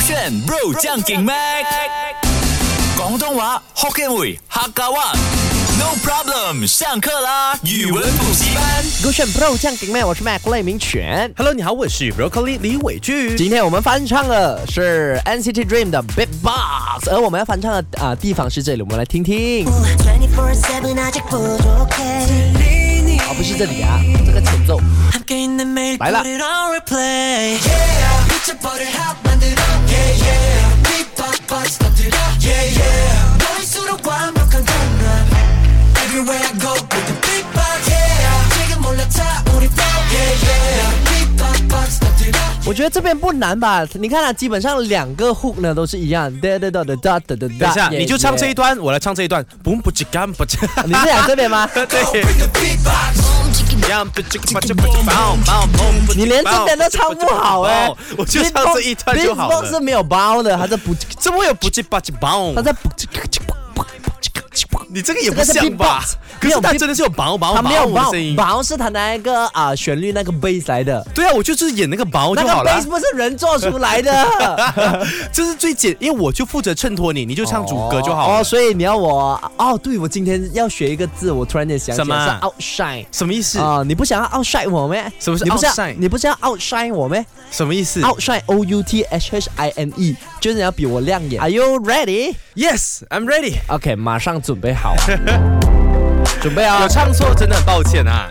选 bro 将劲 mac，广东话 Hokkien 语客家话。No problem，上课啦！语文补习班。勾选 Pro 酱顶妹，我是 Mac 赖明全。 Hello，你好，我是 Broccoli 李伟俊。今天我们翻唱的是 NCT Dream 的 Big Boss，而我们要翻唱的啊、地方是这里，我们来听听。哦， 24/7 아직 부족해 不是这里啊，这个前奏 함께 있는 매일 말라. put it on replay yeah 미쳐버릴 핫 만들어 yeah yeah 빅박박스 터뜨려 yeah yeah 너일수록 완벽한 강남 Everywhere I go with the big box yeah 지금 올라타 우리 flow yeah yeah 빅박박스 터뜨려 我觉得这边不难吧？你看啊，基本上两个 hook 呢都是一样，哒哒哒哒哒哒哒。等一下，你就唱这一一，段，我来唱这一段。不不只干不只，你是想这边 吗？对， bring the big box 不只不只不只，包包包。你连这边都唱不好哎、 我就唱这一段就好 Big Box 是了。没有包的，它是不，怎么有不只不只包它？在不，你这个也不像吧？可是它真的是有包包它没有包包的声音，。包是它那一个啊、旋律那个 bass 来的。对啊，我就是演那个包那就个好了 bass。不是人做出来的， 这是最简，因为我就负责衬托你，你就唱主歌就好哦，了。所以你要我哦，对我今天要学一个字，我突然间想起什么啊来是 outshine 什么意思？啊、你不想要 outshine 我咩？什么是你不想 outshine？你不想要 outshine 我咩什么意思？outshine o u t h h i n e，就是你要比我亮眼。Are you ready? ？Yes，I'm ready。 OK，马上准备好，啊 准备啊有！唱错真的很抱歉啊。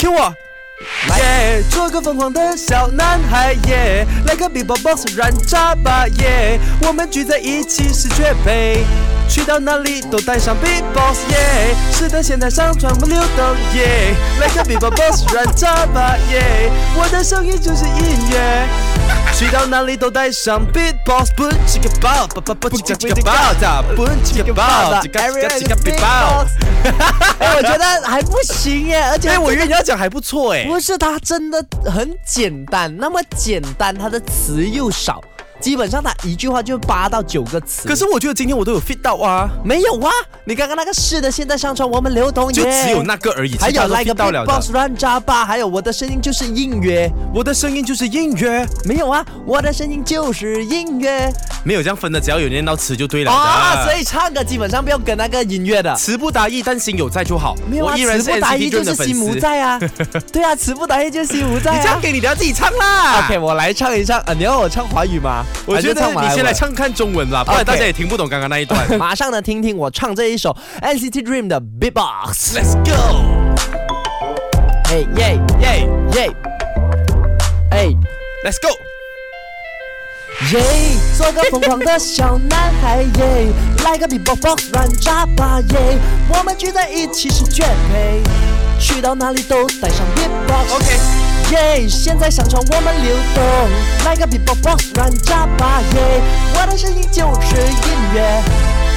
Q 我。耶做个疯狂的小男孩耶来个 b b o x 燃炸吧耶我们聚在一起是绝配，去到哪里都带上 b b o x 耶是的，现在上床不溜灯耶来个 b b o x 燃炸吧耶我的声音就是音乐。去到哪里都带上 beatbox，不只个爆，不不不只个爆炸，不只个爆，只个只个 beatbox。 哎，我觉得还不行耶，而且哎，我啊这以个为你要讲还不错哎、不是，它真的很简单，那么简单，它的词又少，基本上它一句话就八到九个词。可是我觉得今天我都有 fit 到啊，没有啊，你刚刚那个是的，现在上传我们流动就耶只有那个而已，还其他有都那个 fit 到了 b o x 的。乱扎吧，还有我的声音就是音乐，我的声音就是音乐，没有啊，我的声音就是音乐没有这样分的，只要有念到词就对了的。啊，所以唱歌基本上不要跟那个音乐的。词不达意，但心有在就好。没有啊，我依然词不是 NCT 达意 Dream 就是的粉丝。心无在 啊，对啊，词不达意就是心无在你唱啊。给你的，要自己唱啦。 OK，我来唱一唱啊，你要我唱华语吗？我还觉是得马你先文来唱看中文吧，不然 OK 大家也听不懂刚刚那一段。 马上呢，听听我唱这一首 NCT Dream 的 Beatbox。 Let's go，哎耶耶耶，哎，Let's go。耶，做个疯狂的小男孩耶，来个 Beatbox 乱扎吧耶，我们聚在一起是绝配，去到哪里都带上 Beatbox。 OK 耶现在上床我们流动，来个 Beatbox 乱扎吧耶，我的声音就是音乐，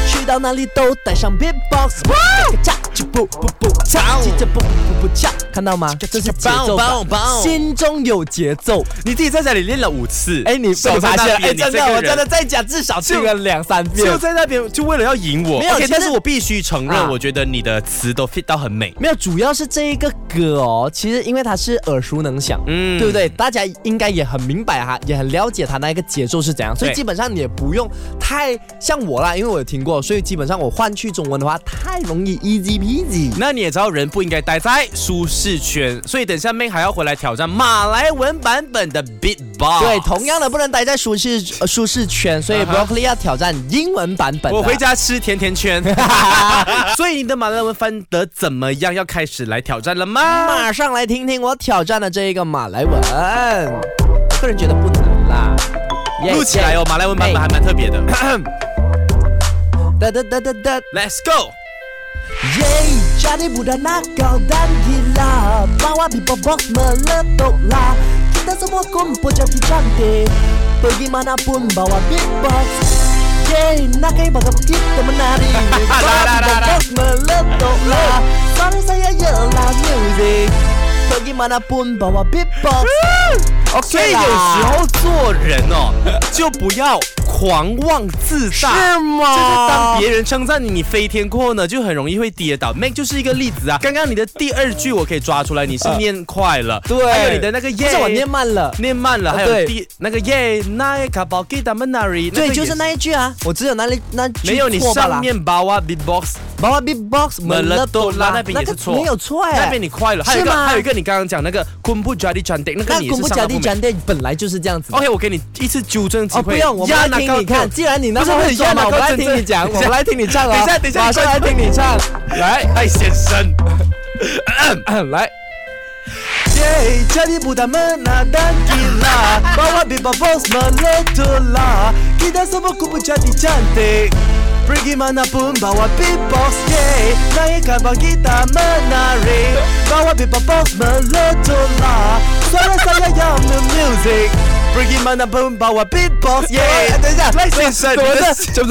去到哪里都带上 Beatbox。恰吉不不不恰，叽叽不不不恰，看到吗？这是节奏感棒棒棒心中有节奏。你自己在家里练了五次，哎，你被少我在发那现了，边哎，你真这的，个我人真的在家至少听了两三遍就。在那边，就为了要赢我。没有 OK，其实但是我必须承认，啊我觉得你的词都 fit 到很美。没有，主要是这一个歌哦，其实因为它是耳熟能详，嗯对不对？大家应该也很明白哈，也很了解它那一个节奏是怎样，所以对基本上你也不用太像我啦，因为我有听过，所以基本上我换去中文的话，太容易 easy peasy。那你也知道，人不应该待在舒适圈，所以等下妹还要回来挑战马来文版本的 Beat Box。对，同样的不能待在舒适呃舒适圈，所以哦啊哈 Broccoli 要挑战英文版本的。我回家吃甜甜 圈。所以你的马来文翻得怎么样？要开始来挑战了吗？马上来听听我挑战的这一个马来文，我个人觉得不难啦。 耶哎录起来哦，马来文版本还蛮 特别的。哒哒哒哒哒， Let's go。耶！Jadi budak nakal dan gila Bawa bibobok meledoklah Kita semua kumpul jadi cantik Pergi manapun bawa beatbox Yeay, nakai bagap kita menari Bawa Dah, dah, dah, dah. bibobok meledoklah Suara saya ialah music Pergi manapun bawa beatbox 所以有时候做人哦， 就不要狂妄自大。是吗就是当别人称赞你，你飞天过后呢，就很容易会跌倒。Make 就是一个例子啊。刚刚你的第二句我可以抓出来，你是念快了，啊对还有你的那个不耶，是我念慢了，念慢了，啊还对有第那个耶，那卡宝给他们那里，对，个就是也那一句啊，我只有那里那句没有你错吧啦上面包啊 b i g box，巴拉 B box 门了都拉那边也是错，没有错哎，那边你快了，还有一是个吗还有一个你刚刚讲那个 kumbu jadi cantik 那个那你也恐是怖上脚到地后转面。哦店本来就是这样子的。 OK，我给你一次纠正机哦，会。不用，我们呀来听你看。。既然你那不是么不会是说嘛，亚我拿高来真听你正讲，等我一下们来听你唱啊。等一下等一下马上你快来听你唱。那个来，哎，先 生，来，耶，家里不打门啊，单机 啦，巴拉 B box 门了都拉，其他什么恐怖脚地转店。 Pergi 啊 manapun bawa beatbox yeah Naikkan bagi kita menari Bawa beatbox meletulah Suara saya yang music Pergi 啊 manapun bawa beatbox yeah 等一下，赖先生，怎么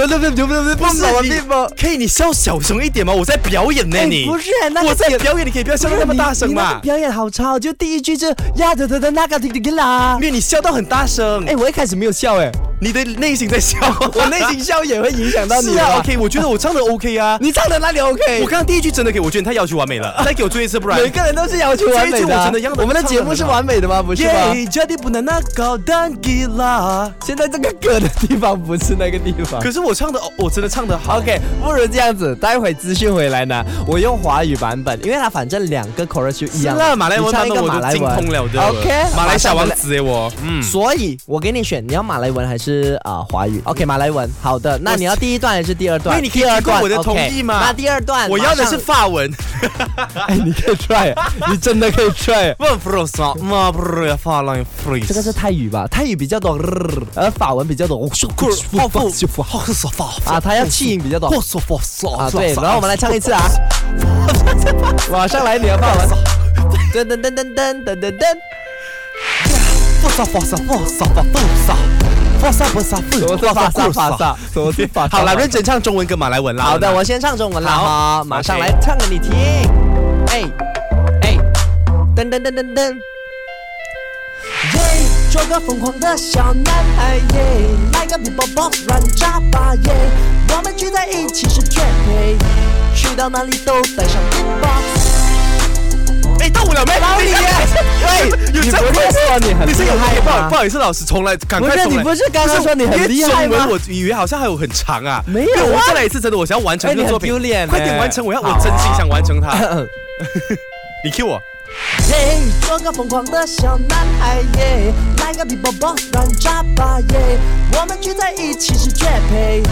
的？ 你怎么的？怎么的？不不是是你地方。可以你笑小声一点吗？我在表演呢，哎你不是那个我在表表演，你可以不要笑不得是那么大你声你那个嘛？表演好吵，就第一句就呀的的的那个滴滴滴啦因。为你笑到很大声，哎，我一开始没有笑哎， 你的内心在笑， 我内心笑也会影响到你 是啊吧。 ，OK，我觉得我唱的 OK 啊。 你唱的那里 OK 我。刚刚第一句真的给我觉得你太要求完 美了，再给我做一次，不然每个人都是要求完美这的一句啊、我真的样子我们的节目是完美的吗？不是吧？ jadi bukan nak kau dan gila。现在这个歌的地方不是那个地方。可是我唱的，哦我真的唱的好。啊 OK，不如这样子，待会资讯回来呢，我用华语版本，因为它反正两个 chorus 就一是啊样。啦，马来文你版唱一本个我马都来精文通了的。 OK，马来小马上回王来。子耶我，嗯，所以，我给你选，你要马来文还是啊、呃华语？OK，马来文。好的，那我你要第一段还是第二段？因为你可以第二提供段我的 OK，同意嘛那第二段，我要的是马上法文。 哎，你可以 try，你真的可以 try。不不不，啥嘛不不，法郎 free。这个是泰语吧？泰语比较多，而法文比较多。好酷，好酷，法啊，他要气音比较多。酷，法法啊，对，然后我们来唱一次啊，马上来你的爸爸，噔噔噔噔噔噔噔噔，法萨法萨法萨法萨法萨法萨什么法是法萨法萨？什么是法萨？好了，认真唱中文跟马来文啦。好的，我先唱中文了好哈，马上 OK 来唱给你听，哎哎，噔噔噔噔噔。耶，做个疯狂的小男孩耶，来个 people boss 软渣吧耶，我们聚在一起是绝配，去到哪里都带上 beatbox。哎，到我了没？老李耶，喂，有你这不么是说你很你是厉有害不好吗不？好意思，老师，重来，赶不快是重来。你不是刚刚说你很厉害因为吗中文？我以为好像还有很长啊，没有啊我再来一次，真的，我想要完成哎这个你作很品，丢脸欸快点完成，我要，好我啊真心想完成它。你 Q 我，耶，做个疯狂的小男孩耶，来个 people boss 软渣吧耶，我们聚在一起是绝配，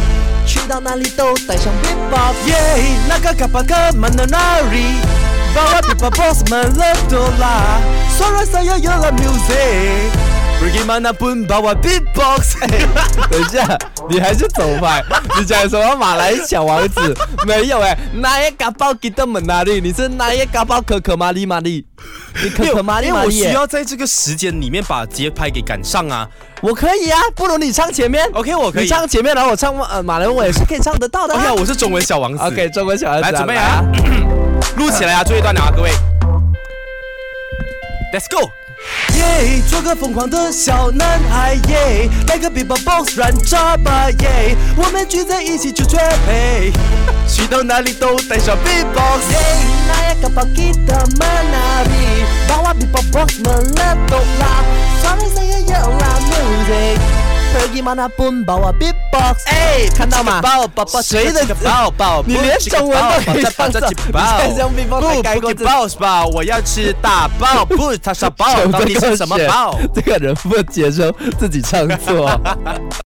去到哪里都带上 big box。耶，那个卡巴卡曼的那里，巴拉比巴 boss 曼勒多拉，索拉萨呀有了 music。Regimana pun bawa beatbox， 等一下，你还是走吧。你讲什么马来小王子？没有哎，那一嘎爆吉的蒙哪里？你是那一嘎爆可可玛丽玛丽，你可可玛丽因为玛我丽需耶。要在这个时间里面把节拍给赶上啊。我可以啊，不如你唱前面。 OK，我可以。你唱前面，然后我唱呃马来文，我也是可以唱得到的啊、 OK，啊我是中文小王子。 OK，中国小孩子、来准备啊！，录起来啊，最后一段了啊，各位，Let's go！耶，做个疯狂的小男孩耶，来个 b i b boss 软渣吧耶，我们聚在一起就绝配，去到哪里都带上 b i box 耶。 Naik kapal kita menari Bawa bipop box meletuplah Suara saya ialah music Pergi manapun bawa beatbox 哎，看到吗？抱抱抱，谁的抱抱？你连中文都可以抱上着手你现在用 beatbox 来盖过不不自己给抱是吧？我要吃大爆，不， 他是爆，到底是什么爆？ 这个人不接受自己唱错。